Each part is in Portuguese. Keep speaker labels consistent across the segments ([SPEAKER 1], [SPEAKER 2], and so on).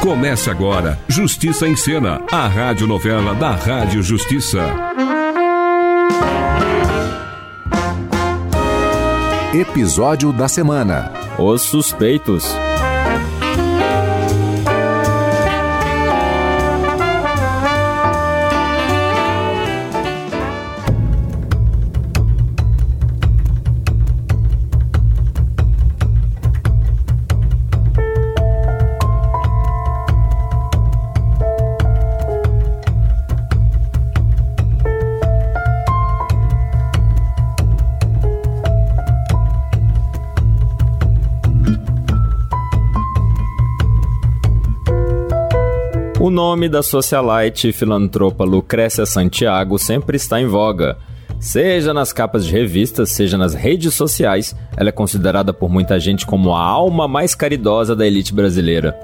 [SPEAKER 1] Começa agora Justiça em Cena, a radionovela da Rádio Justiça.
[SPEAKER 2] Episódio da semana.
[SPEAKER 3] Os suspeitos. O nome da socialite e filantropa Lucrécia Santiago sempre está em voga. Seja nas capas de revistas, seja nas redes sociais, ela é considerada por muita gente como a alma mais caridosa da elite brasileira.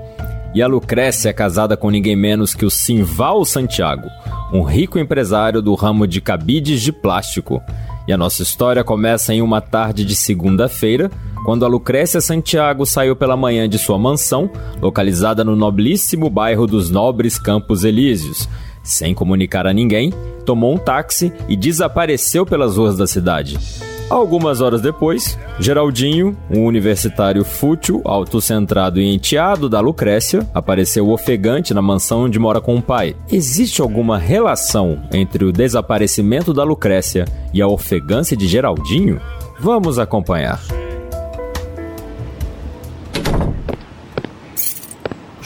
[SPEAKER 3] E a Lucrécia é casada com ninguém menos que o Simval Santiago, um rico empresário do ramo de cabides de plástico. E a nossa história começa em uma tarde de segunda-feira, quando a Lucrécia Santiago saiu pela manhã de sua mansão, localizada no nobilíssimo bairro dos Nobres Campos Elíseos. Sem comunicar a ninguém, tomou um táxi e desapareceu pelas ruas da cidade. Algumas horas depois, Geraldinho, um universitário fútil, autocentrado e enteado da Lucrécia, apareceu ofegante na mansão onde mora com o pai. Existe alguma relação entre o desaparecimento da Lucrécia e a ofegância de Geraldinho? Vamos acompanhar.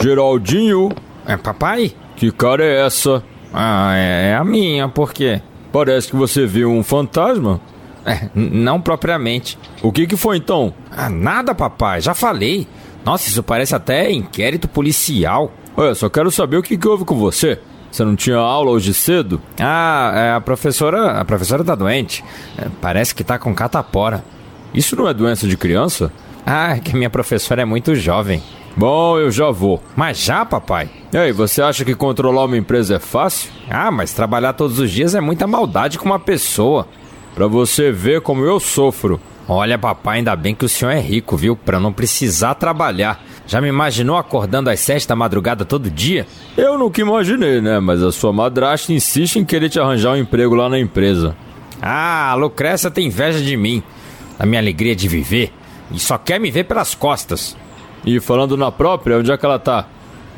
[SPEAKER 3] Geraldinho?
[SPEAKER 4] É papai?
[SPEAKER 3] Que cara é essa?
[SPEAKER 4] Ah, é, é a minha, por quê?
[SPEAKER 3] Parece que você viu um fantasma.
[SPEAKER 4] É, n- não propriamente.
[SPEAKER 3] O que que foi então?
[SPEAKER 4] Ah, nada, papai, já falei. Nossa, isso parece até inquérito policial.
[SPEAKER 3] Olha, É, só quero saber o que que houve com você. Você não tinha aula hoje cedo?
[SPEAKER 4] Ah, é, a professora. A professora tá doente. É, parece que tá com catapora.
[SPEAKER 3] Isso não é doença de criança?
[SPEAKER 4] Ah, é que minha professora é muito jovem.
[SPEAKER 3] Bom, eu já vou.
[SPEAKER 4] Mas já, papai?
[SPEAKER 3] E aí, você acha que controlar uma empresa é fácil?
[SPEAKER 4] Ah, mas trabalhar todos os dias é muita maldade com uma pessoa.
[SPEAKER 3] Pra você ver como eu sofro.
[SPEAKER 4] Olha, papai, ainda bem que o senhor é rico, viu? Pra não precisar trabalhar. Já me imaginou acordando às sete da madrugada todo dia?
[SPEAKER 3] Eu nunca imaginei, né? Mas a sua madrasta insiste em querer te arranjar um emprego lá na empresa.
[SPEAKER 4] Ah, a Lucrécia tem inveja de mim, da minha alegria de viver, e só quer me ver pelas costas.
[SPEAKER 3] E falando na própria, onde é que ela tá?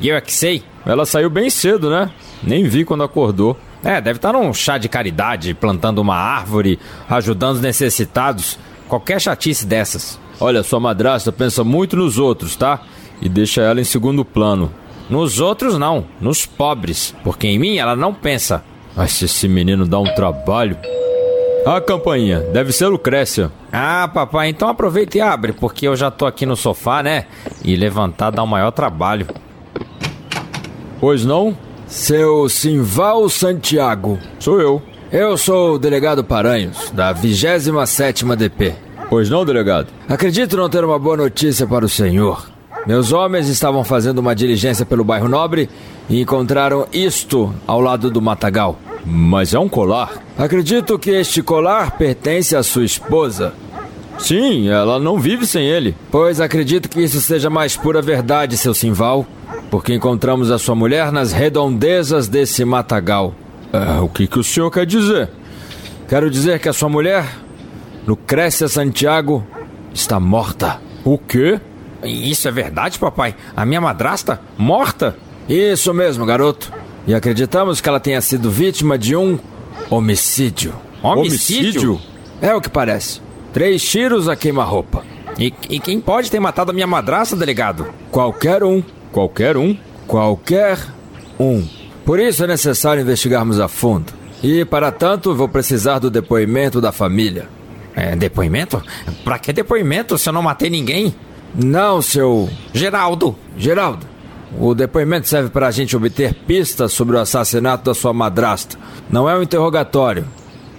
[SPEAKER 4] E eu é que sei.
[SPEAKER 3] Ela saiu bem cedo, né? Nem vi quando acordou.
[SPEAKER 4] É, deve estar num chá de caridade, plantando uma árvore, ajudando os necessitados, qualquer chatice dessas.
[SPEAKER 3] Olha, sua madrasta pensa muito nos outros, tá? E deixa ela em segundo plano.
[SPEAKER 4] Nos outros não, nos pobres, porque em mim ela não pensa.
[SPEAKER 3] Mas se esse menino dá um trabalho. A campainha, deve ser Lucrécia.
[SPEAKER 4] Ah, papai, então aproveita e abre, porque eu já tô aqui no sofá, né? E levantar dá o maior trabalho.
[SPEAKER 3] Pois não?
[SPEAKER 5] Seu Simval Santiago.
[SPEAKER 3] Sou eu.
[SPEAKER 5] Eu sou o delegado Paranhos, da 27ª DP.
[SPEAKER 3] Pois não, delegado?
[SPEAKER 5] Acredito não ter uma boa notícia para o senhor. Meus homens estavam fazendo uma diligência pelo bairro Nobre e encontraram isto ao lado do matagal.
[SPEAKER 3] Mas é um colar.
[SPEAKER 5] Acredito que este colar pertence à sua esposa,
[SPEAKER 3] Sim, ela não vive sem ele.
[SPEAKER 5] pois acredito que isso seja mais pura verdade, seu Simval, porque encontramos a sua mulher nas redondezas desse matagal.
[SPEAKER 3] Ah, o que, que o senhor quer dizer?
[SPEAKER 5] Quero dizer que a sua mulher, Lucrécia Santiago, está morta.
[SPEAKER 3] O quê?
[SPEAKER 4] Isso é verdade, papai? A minha madrasta? Morta?
[SPEAKER 5] Isso mesmo, garoto. E acreditamos que ela tenha sido vítima de um homicídio.
[SPEAKER 4] Homicídio?
[SPEAKER 5] É o que parece. Três tiros a queima-roupa.
[SPEAKER 4] E, e quem pode ter matado a minha madrasta, delegado?
[SPEAKER 5] Qualquer um,
[SPEAKER 3] Qualquer um?
[SPEAKER 5] qualquer um. Por isso é necessário investigarmos a fundo. E para tanto, vou precisar do depoimento da família.
[SPEAKER 4] É, depoimento? Pra que depoimento se eu não matei ninguém?
[SPEAKER 5] Não, seu
[SPEAKER 4] Geraldo,
[SPEAKER 5] Geraldo,
[SPEAKER 6] O depoimento serve para a gente obter pistas sobre o assassinato da sua madrasta. Não é um interrogatório.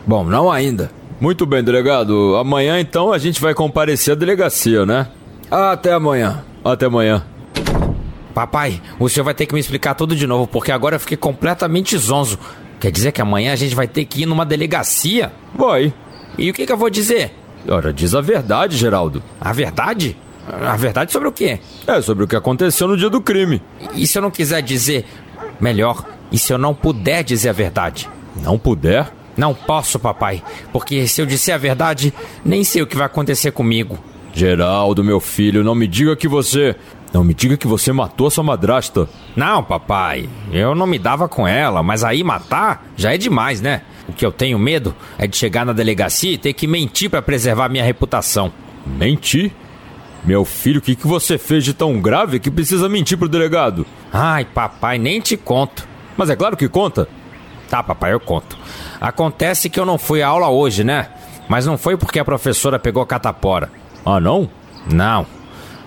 [SPEAKER 6] Bom, não ainda.
[SPEAKER 7] Muito bem, delegado. Amanhã então a gente vai comparecer à delegacia, né?
[SPEAKER 6] Até amanhã.
[SPEAKER 7] Até amanhã.
[SPEAKER 3] Papai, o senhor vai ter que me explicar tudo de novo, porque agora eu fiquei completamente zonzo. Quer dizer que amanhã a gente vai ter que ir numa delegacia?
[SPEAKER 7] Vai.
[SPEAKER 3] E o que, que eu vou dizer?
[SPEAKER 7] Ora, diz a verdade, Geraldo.
[SPEAKER 3] A verdade? A verdade sobre o quê?
[SPEAKER 7] É, sobre o que aconteceu no dia do crime.
[SPEAKER 3] E se eu não quiser dizer? Melhor, e se eu não puder dizer a verdade?
[SPEAKER 7] Não puder?
[SPEAKER 3] Não posso, papai, porque se eu disser a verdade, nem sei o que vai acontecer comigo.
[SPEAKER 7] Geraldo, meu filho, não me diga que você. Não me diga que você matou a sua madrasta.
[SPEAKER 3] Não, papai, eu não me dava com ela, mas aí matar já é demais, né? O que eu tenho medo é de chegar na delegacia e ter que mentir para preservar minha reputação.
[SPEAKER 7] Mentir? Meu filho, o que, que você fez de tão grave que precisa mentir pro delegado?
[SPEAKER 3] Ai, papai, nem te conto.
[SPEAKER 7] Mas é claro que conta.
[SPEAKER 3] Tá, papai, eu conto. Acontece que eu não fui à aula hoje, né? Mas não foi porque a professora pegou catapora.
[SPEAKER 7] Ah, não?
[SPEAKER 3] Não.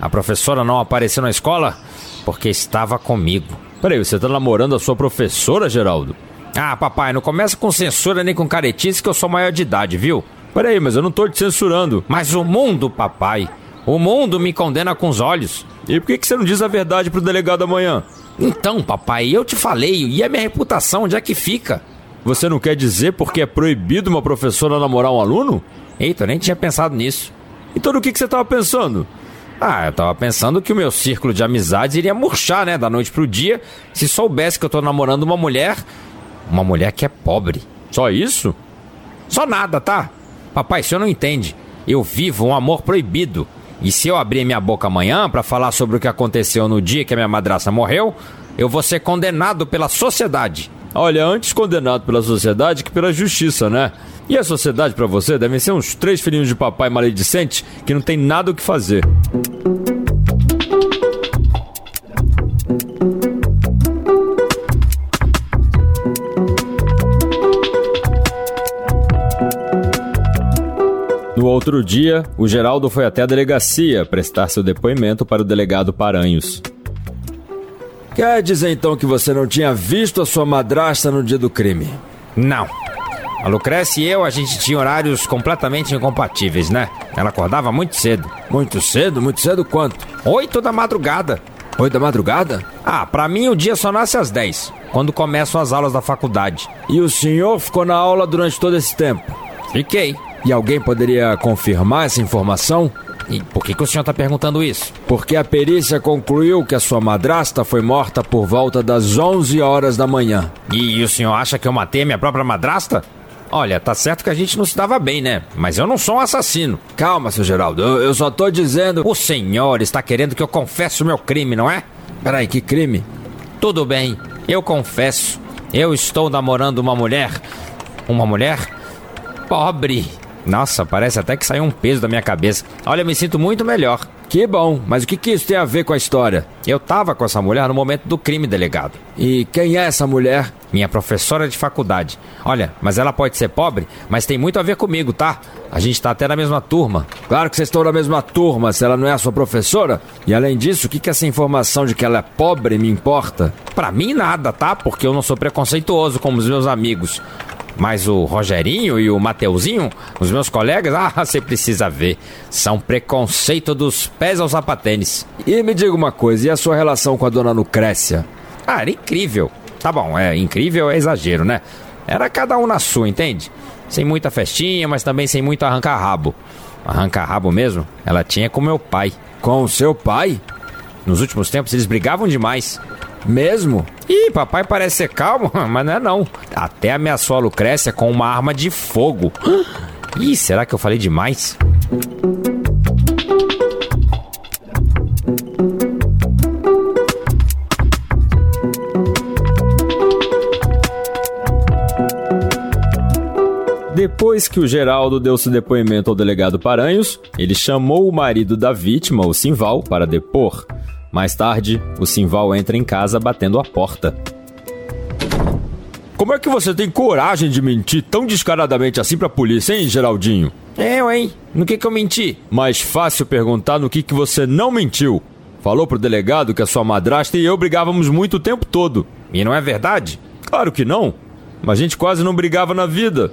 [SPEAKER 3] A professora não apareceu na escola porque estava comigo.
[SPEAKER 7] Peraí, você tá namorando a sua professora, Geraldo?
[SPEAKER 3] Ah, papai, não começa com censura nem com caretice que eu sou maior de idade, viu?
[SPEAKER 7] Peraí, mas eu não tô te censurando.
[SPEAKER 3] Mas o mundo, papai, o mundo me condena com os olhos.
[SPEAKER 7] E por que, que você não diz a verdade pro delegado amanhã?
[SPEAKER 3] Então, papai, eu te falei, e a minha reputação, onde é que fica?
[SPEAKER 7] Você não quer dizer porque é proibido uma professora namorar um aluno?
[SPEAKER 3] Eita, eu nem tinha pensado nisso.
[SPEAKER 7] Então do que, que você tava pensando?
[SPEAKER 3] Ah, eu tava pensando que o meu círculo de amizades iria murchar, né, da noite pro dia, se soubesse que eu tô namorando uma mulher. Uma mulher que é pobre.
[SPEAKER 7] Só isso?
[SPEAKER 3] Só nada, tá? Papai, o senhor não entende. Eu vivo um amor proibido. E se eu abrir minha boca amanhã para falar sobre o que aconteceu no dia que a minha madrasta morreu, eu vou ser condenado pela sociedade.
[SPEAKER 7] Olha, antes condenado pela sociedade que pela justiça, né? E a sociedade para você devem ser uns três filhinhos de papai maledicente que não tem nada o que fazer. No outro dia, o Geraldo foi até a delegacia prestar seu depoimento para o delegado Paranhos.
[SPEAKER 6] Quer dizer então que você não tinha visto a sua madrasta no dia do crime?
[SPEAKER 3] Não. A Lucrécia e eu, a gente tinha horários completamente incompatíveis, né? Ela acordava muito cedo.
[SPEAKER 6] Muito cedo? Muito cedo quanto?
[SPEAKER 3] Oito da madrugada.
[SPEAKER 6] Oito da madrugada?
[SPEAKER 3] Ah, para mim o dia só nasce às dez, quando começam as aulas da faculdade.
[SPEAKER 6] E o senhor ficou na aula durante todo esse tempo?
[SPEAKER 3] Fiquei.
[SPEAKER 6] E alguém poderia confirmar essa informação?
[SPEAKER 3] E por que, que o senhor está perguntando isso?
[SPEAKER 6] Porque a perícia concluiu que a sua madrasta foi morta por volta das 11 horas da manhã.
[SPEAKER 3] E, o senhor acha que eu matei a minha própria madrasta? Olha, tá certo que a gente não se dava bem, né? Mas eu não sou um assassino.
[SPEAKER 6] Calma, seu Geraldo, eu, eu só tô dizendo.
[SPEAKER 3] O senhor está querendo que eu confesse o meu crime, não é?
[SPEAKER 6] Peraí, que crime?
[SPEAKER 3] Tudo bem, eu confesso. Eu estou namorando uma mulher. Uma mulher? Pobre. Nossa, parece até que saiu um peso da minha cabeça. Olha, eu me sinto muito melhor.
[SPEAKER 6] Que bom, mas o que, que isso tem a ver com a história?
[SPEAKER 3] Eu tava com essa mulher no momento do crime, delegado.
[SPEAKER 6] E quem é essa mulher?
[SPEAKER 3] Minha professora de faculdade. Olha, mas ela pode ser pobre, mas tem muito a ver comigo, tá? A gente tá até na mesma turma.
[SPEAKER 6] Claro que vocês estão na mesma turma, se ela não é a sua professora. E além disso, o que, que essa informação de que ela é pobre me importa?
[SPEAKER 3] Pra mim nada, tá? Porque eu não sou preconceituoso como os meus amigos. Mas o Rogerinho e o Mateuzinho, os meus colegas, ah, você precisa ver. São preconceito dos pés aos sapatênis.
[SPEAKER 6] E me diga uma coisa, e a sua relação com a dona Lucrécia?
[SPEAKER 3] Ah, era incrível. Tá bom, é incrível, é exagero, né? Era cada um na sua, entende? Sem muita festinha, mas também sem muito arranca-rabo. Arranca-rabo mesmo, ela tinha com meu pai.
[SPEAKER 6] Com o seu pai?
[SPEAKER 3] Nos últimos tempos eles brigavam demais.
[SPEAKER 6] Mesmo?
[SPEAKER 3] Ih, papai parece ser calmo, mas não é não. Até ameaçou a Lucrécia com uma arma de fogo. Ih, será que eu falei demais?
[SPEAKER 7] Depois que o Geraldo deu seu depoimento ao delegado Paranhos, ele chamou o marido da vítima, o Simval, para depor. Mais tarde, o Simval entra em casa batendo a porta. Como é que você tem coragem de mentir tão descaradamente assim pra polícia, hein, Geraldinho?
[SPEAKER 3] Eu, hein? No que que eu menti?
[SPEAKER 7] Mais fácil perguntar no que que você não mentiu.
[SPEAKER 3] Falou pro delegado que a sua madrasta e eu brigávamos muito o tempo todo.
[SPEAKER 4] E não é verdade?
[SPEAKER 3] Claro que não. Mas a gente quase não brigava na vida.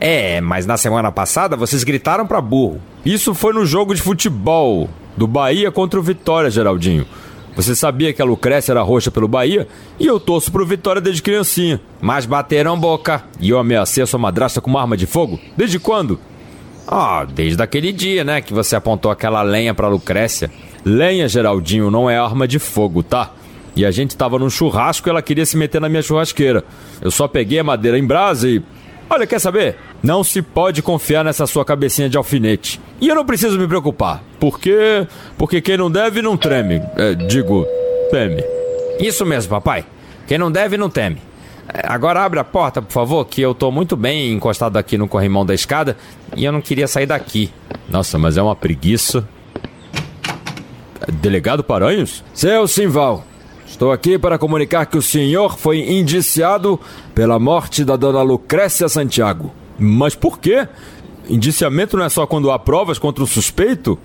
[SPEAKER 4] É, mas na semana passada vocês gritaram pra burro.
[SPEAKER 3] Isso foi no jogo de futebol do Bahia contra o Vitória, Geraldinho. Você sabia que a Lucrécia era roxa pelo Bahia e eu torço pro Vitória desde criancinha.
[SPEAKER 4] Mas bateram boca.
[SPEAKER 3] E eu ameacei a sua madrasta com uma arma de fogo? Desde quando?
[SPEAKER 4] Ah, desde aquele dia, né, que você apontou aquela lenha pra Lucrécia.
[SPEAKER 3] Lenha, Geraldinho, não é arma de fogo, tá? E a gente tava num churrasco e ela queria se meter na minha churrasqueira. Eu só peguei a madeira em brasa e. Olha, quer saber? Não se pode confiar nessa sua cabecinha de alfinete. E eu não preciso me preocupar, porque. Porque quem não deve não treme. É, digo, teme.
[SPEAKER 4] Isso mesmo, papai. Quem não deve não teme. É, Agora abre a porta, por favor, que eu tô muito bem encostado aqui no corrimão da escada e eu não queria sair daqui.
[SPEAKER 3] Nossa, mas é uma preguiça. Delegado Paranhos?
[SPEAKER 5] Seu Simval, Estou aqui para comunicar que o senhor foi indiciado pela morte da dona Lucrécia Santiago.
[SPEAKER 3] Mas por quê? Indiciamento não é só quando há provas contra o suspeito?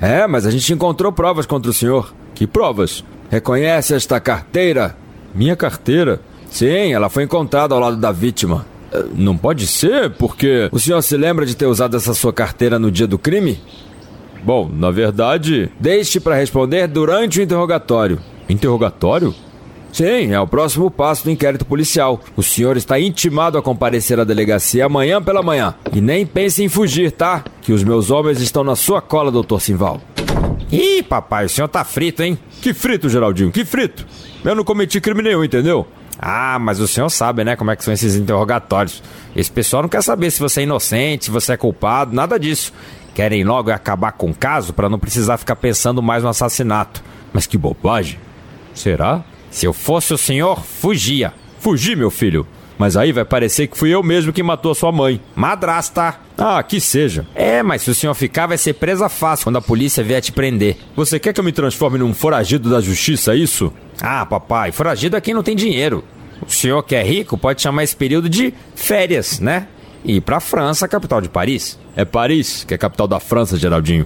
[SPEAKER 5] É, mas a gente encontrou provas contra o senhor.
[SPEAKER 3] Que provas?
[SPEAKER 5] Reconhece esta carteira?
[SPEAKER 3] Minha carteira?
[SPEAKER 5] Sim, ela foi encontrada ao lado da vítima. Eh,
[SPEAKER 3] Não pode ser, porque.
[SPEAKER 5] O senhor se lembra de ter usado essa sua carteira no dia do crime?
[SPEAKER 3] Bom, na verdade.
[SPEAKER 5] Deixe para responder durante o interrogatório.
[SPEAKER 3] Interrogatório?
[SPEAKER 5] Sim, é o próximo passo do inquérito policial. O senhor está intimado a comparecer à delegacia amanhã pela manhã. E nem pense em fugir, tá? Que os meus homens estão na sua cola, doutor Simval.
[SPEAKER 4] Ih, papai, o senhor tá frito, hein?
[SPEAKER 3] Que frito, Geraldinho, que frito! Eu não cometi crime nenhum, entendeu?
[SPEAKER 4] Ah, mas o senhor sabe, né, como é que são esses interrogatórios. Esse pessoal não quer saber se você é inocente, se você é culpado, nada disso. Querem logo acabar com o caso para não precisar ficar pensando mais no assassinato.
[SPEAKER 3] Mas que bobagem. Será?
[SPEAKER 4] Se eu fosse o senhor, fugia.
[SPEAKER 3] Fugi, meu filho. Mas aí vai parecer que fui eu mesmo que matou a sua mãe.
[SPEAKER 4] Madrasta!
[SPEAKER 3] Ah, que seja.
[SPEAKER 4] É, mas se o senhor ficar, vai ser presa fácil quando a polícia vier te prender.
[SPEAKER 3] Você quer que eu me transforme num foragido da justiça, é isso?
[SPEAKER 4] Ah, papai, foragido é quem não tem dinheiro. O senhor que é rico pode chamar esse período de férias, né? E ir pra França, capital de Paris.
[SPEAKER 3] É Paris, que é a capital da França, Geraldinho.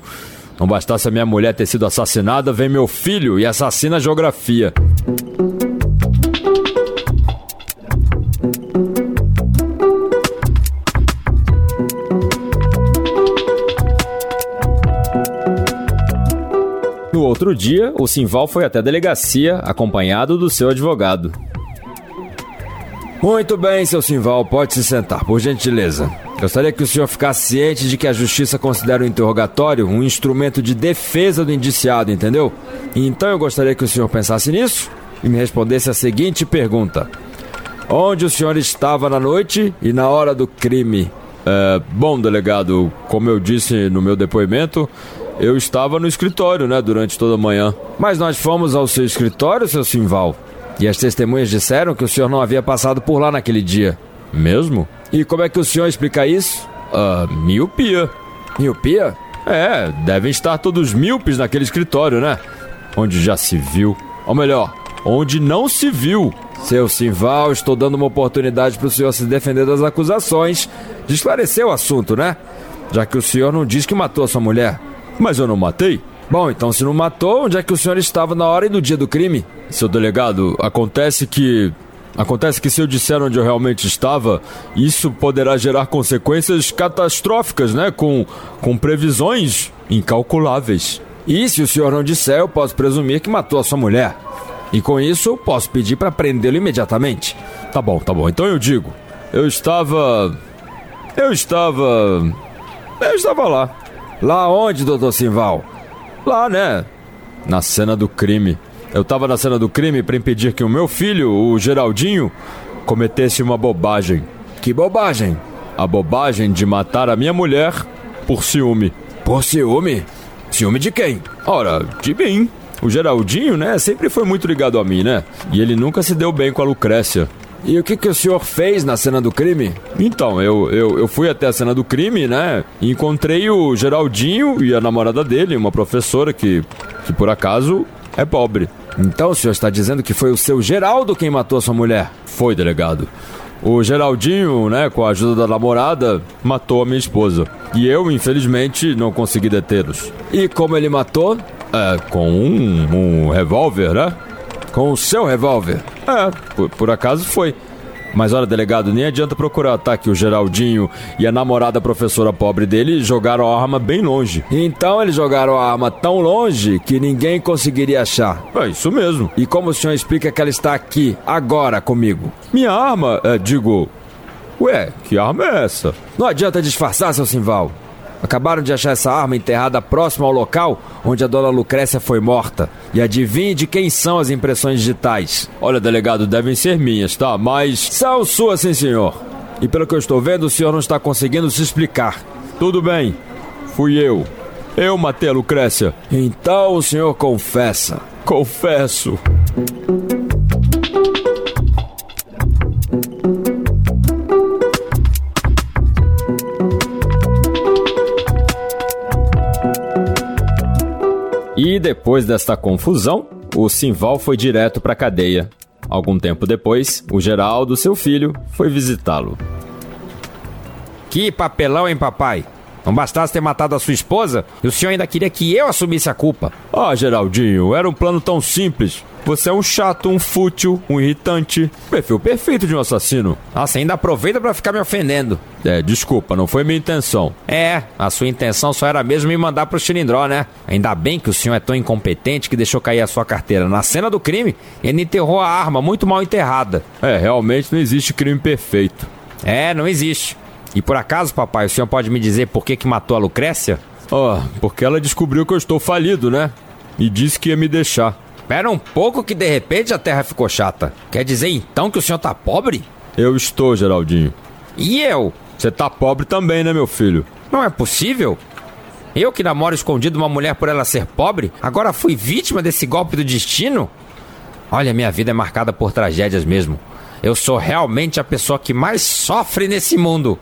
[SPEAKER 3] Não bastasse a minha mulher ter sido assassinada, vem meu filho e assassina a geografia. No outro dia, o Simval foi até a delegacia, acompanhado do seu advogado.
[SPEAKER 5] Muito bem, seu Simval, pode se sentar, por gentileza. Gostaria que o senhor ficasse ciente de que a justiça considera o interrogatório um instrumento de defesa do indiciado, entendeu? Então eu gostaria que o senhor pensasse nisso e me respondesse a seguinte pergunta: Onde o senhor estava na noite e na hora do crime?
[SPEAKER 3] É, bom, delegado, como eu disse no meu depoimento, eu estava no escritório, né, durante toda a manhã.
[SPEAKER 5] Mas nós fomos ao seu escritório, seu Simval, e as testemunhas disseram que o senhor não havia passado por lá naquele dia.
[SPEAKER 3] Mesmo?
[SPEAKER 5] E como é que o senhor explica isso?
[SPEAKER 3] Ah, uh, miopia.
[SPEAKER 5] Miopia?
[SPEAKER 3] É, devem estar todos míopes naquele escritório, né? Onde já se viu. Ou melhor, onde não se viu.
[SPEAKER 5] Seu Simval, estou dando uma oportunidade para o senhor se defender das acusações, de esclarecer o assunto, né? Já que o senhor não diz que matou a sua mulher.
[SPEAKER 3] Mas eu não matei?
[SPEAKER 5] Bom, então se não matou, onde é que o senhor estava na hora e no dia do crime?
[SPEAKER 3] Seu delegado, acontece que Acontece que se eu disser onde eu realmente estava, isso poderá gerar consequências catastróficas, né? Com, com previsões incalculáveis.
[SPEAKER 5] E se o senhor não disser, eu posso presumir que matou a sua mulher. E com isso, eu posso pedir para prendê-lo imediatamente.
[SPEAKER 3] Tá bom, tá bom. Então eu digo. Eu estava. Eu estava. Eu estava lá.
[SPEAKER 5] Lá onde, doutor Simval?
[SPEAKER 3] Lá, né? Na cena do crime. Eu estava na cena do crime para impedir que o meu filho, o Geraldinho, cometesse uma bobagem.
[SPEAKER 5] Que bobagem?
[SPEAKER 3] A bobagem de matar a minha mulher por ciúme.
[SPEAKER 5] Por ciúme? Ciúme de quem?
[SPEAKER 3] Ora, de mim. O Geraldinho, né, sempre foi muito ligado a mim, né? E ele nunca se deu bem com a Lucrécia.
[SPEAKER 5] E o que, que o senhor fez na cena do crime?
[SPEAKER 3] Então, eu, eu, eu fui até a cena do crime, né? E encontrei o Geraldinho e a namorada dele, uma professora que, que por acaso é pobre.
[SPEAKER 5] Então o senhor está dizendo que foi o seu Geraldo quem matou a sua mulher?
[SPEAKER 3] Foi, delegado. O Geraldinho, né, com a ajuda da namorada, matou a minha esposa. E eu, infelizmente, não consegui detê-los.
[SPEAKER 5] E como ele matou?
[SPEAKER 3] É, com um, um revólver, né?
[SPEAKER 5] Com o seu revólver?
[SPEAKER 3] É, por, por acaso foi. Mas olha, delegado, nem adianta procurar, tá? Que o Geraldinho e a namorada professora pobre dele jogaram a arma bem longe.
[SPEAKER 5] Então eles jogaram a arma tão longe que ninguém conseguiria achar.
[SPEAKER 3] É isso mesmo.
[SPEAKER 5] E como o senhor explica que ela está aqui, agora comigo?
[SPEAKER 3] Minha arma, é, digo. Ué, que arma é essa?
[SPEAKER 5] Não adianta disfarçar, seu Simval. Acabaram de achar essa arma enterrada próximo ao local onde a dona Lucrécia foi morta. E adivinhe de quem são as impressões digitais.
[SPEAKER 3] Olha, delegado, devem ser minhas, tá? Mas.
[SPEAKER 5] São suas, sim, senhor. E pelo que eu estou vendo, o senhor não está conseguindo se explicar.
[SPEAKER 3] Tudo bem. Fui eu. Eu matei a Lucrécia.
[SPEAKER 5] Então o senhor confessa.
[SPEAKER 3] Confesso. E depois desta confusão, o Simval foi direto para a cadeia. Algum tempo depois, o Geraldo, seu filho, foi visitá-lo.
[SPEAKER 4] Que papelão, hein, papai? Não bastasse ter matado a sua esposa, e o senhor ainda queria que eu assumisse a culpa.
[SPEAKER 3] Ah, Geraldinho, era um plano tão simples. Você é um chato, um fútil, um irritante. Perfil perfeito de um assassino.
[SPEAKER 4] Nossa, ainda aproveita para ficar me ofendendo.
[SPEAKER 3] É, desculpa, não foi minha intenção.
[SPEAKER 4] É, a sua intenção só era mesmo me mandar pro Chilindró, né? Ainda bem que o senhor é tão incompetente que deixou cair a sua carteira na cena do crime ele enterrou a arma muito mal enterrada.
[SPEAKER 3] É, realmente não existe crime perfeito.
[SPEAKER 4] É, não existe. E por acaso, papai, o senhor pode me dizer por que, que matou a Lucrécia?
[SPEAKER 3] Ó, oh, porque ela descobriu que eu estou falido, né? E disse que ia me deixar.
[SPEAKER 4] Espera um pouco que de repente a terra ficou chata. Quer dizer então que o senhor tá pobre?
[SPEAKER 3] Eu estou, Geraldinho.
[SPEAKER 4] E eu?
[SPEAKER 3] Você tá pobre também, né, meu filho?
[SPEAKER 4] Não é possível? Eu que namoro escondido uma mulher por ela ser pobre, agora fui vítima desse golpe do destino? Olha, minha vida é marcada por tragédias mesmo. Eu sou realmente a pessoa que mais sofre nesse mundo.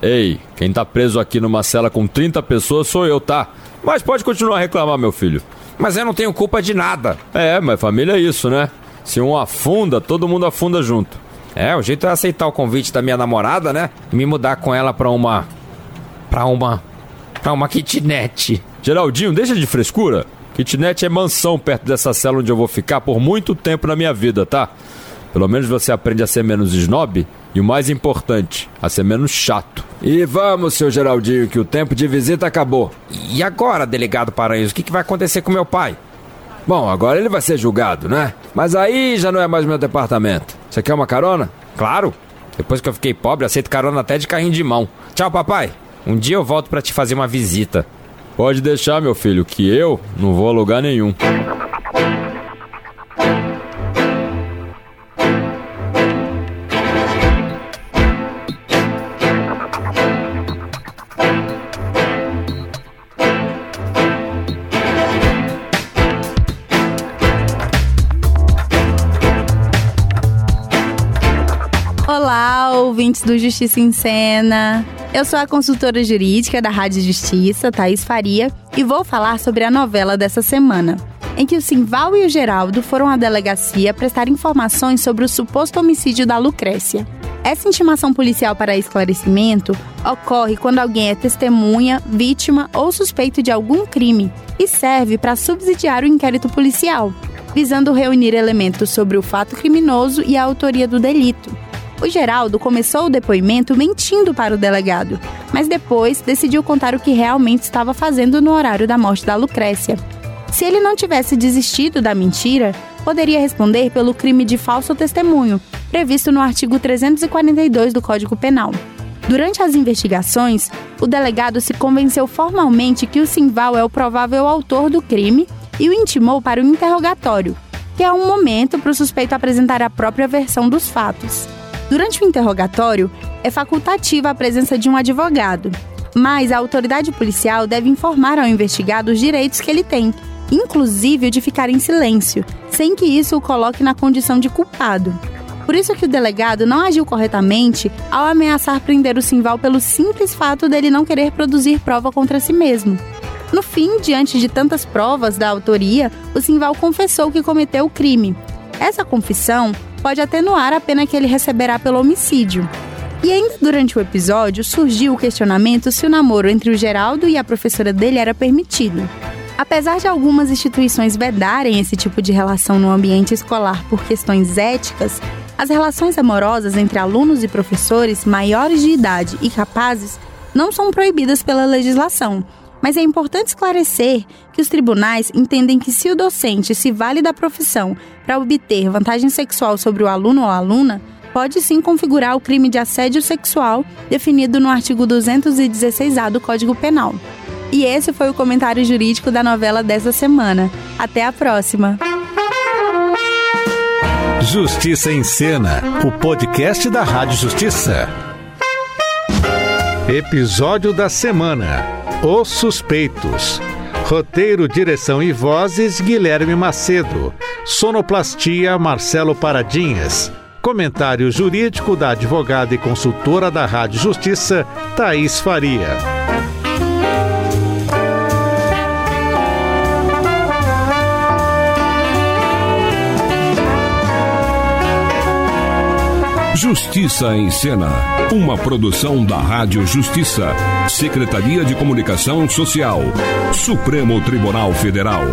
[SPEAKER 3] Ei, quem tá preso aqui numa cela com 30 pessoas sou eu, tá? Mas pode continuar a reclamar, meu filho.
[SPEAKER 4] Mas eu não tenho culpa de nada.
[SPEAKER 3] É, mas família é isso, né? Se um afunda, todo mundo afunda junto.
[SPEAKER 4] É, o jeito é aceitar o convite da minha namorada, né? E me mudar com ela pra uma. pra uma. pra uma kitnet.
[SPEAKER 3] Geraldinho, deixa de frescura. Kitnet é mansão perto dessa cela onde eu vou ficar por muito tempo na minha vida, tá? Pelo menos você aprende a ser menos snob e o mais importante, a ser menos chato.
[SPEAKER 5] E vamos, seu Geraldinho, que o tempo de visita acabou.
[SPEAKER 4] E agora, delegado Paranhos, o que, que vai acontecer com meu pai?
[SPEAKER 5] Bom, agora ele vai ser julgado, né? Mas aí já não é mais meu departamento. Você quer uma carona?
[SPEAKER 4] Claro. Depois que eu fiquei pobre, aceito carona até de carrinho de mão. Tchau, papai. Um dia eu volto para te fazer uma visita.
[SPEAKER 3] Pode deixar, meu filho, que eu não vou a lugar nenhum.
[SPEAKER 8] ouvintes do Justiça em Cena. Eu sou a consultora jurídica da Rádio Justiça, Thaís Faria, e vou falar sobre a novela dessa semana, em que o Simval e o Geraldo foram à delegacia prestar informações sobre o suposto homicídio da Lucrécia. Essa intimação policial para esclarecimento ocorre quando alguém é testemunha, vítima ou suspeito de algum crime e serve para subsidiar o inquérito policial, visando reunir elementos sobre o fato criminoso e a autoria do delito. O Geraldo começou o depoimento mentindo para o delegado, mas depois decidiu contar o que realmente estava fazendo no horário da morte da Lucrécia. Se ele não tivesse desistido da mentira, poderia responder pelo crime de falso testemunho, previsto no artigo 342 do Código Penal. Durante as investigações, o delegado se convenceu formalmente que o Simval é o provável autor do crime e o intimou para o interrogatório, que é um momento para o suspeito apresentar a própria versão dos fatos. Durante o interrogatório, é facultativa a presença de um advogado, mas a autoridade policial deve informar ao investigado os direitos que ele tem, inclusive o de ficar em silêncio, sem que isso o coloque na condição de culpado. Por isso que o delegado não agiu corretamente ao ameaçar prender o Simval pelo simples fato dele não querer produzir prova contra si mesmo. No fim, diante de tantas provas da autoria, o Simval confessou que cometeu o crime. Essa confissão pode atenuar a pena que ele receberá pelo homicídio. E ainda durante o episódio surgiu o questionamento se o namoro entre o Geraldo e a professora dele era permitido. Apesar de algumas instituições vedarem esse tipo de relação no ambiente escolar por questões éticas, as relações amorosas entre alunos e professores maiores de idade e capazes não são proibidas pela legislação. Mas é importante esclarecer que os tribunais entendem que se o docente se vale da profissão para obter vantagem sexual sobre o aluno ou aluna, pode sim configurar o crime de assédio sexual definido no artigo 216-A do Código Penal. E esse foi o comentário jurídico da novela dessa semana. Até a próxima!
[SPEAKER 9] Justiça em Cena, o podcast da Rádio Justiça. Episódio da semana: Os Suspeitos. Roteiro, direção e vozes: Guilherme Macedo. Sonoplastia: Marcelo Paradinhas. Comentário jurídico da advogada e consultora da Rádio Justiça, Thaís Faria.
[SPEAKER 1] Justiça em Cena, uma produção da Rádio Justiça, Secretaria de Comunicação Social, Supremo Tribunal Federal.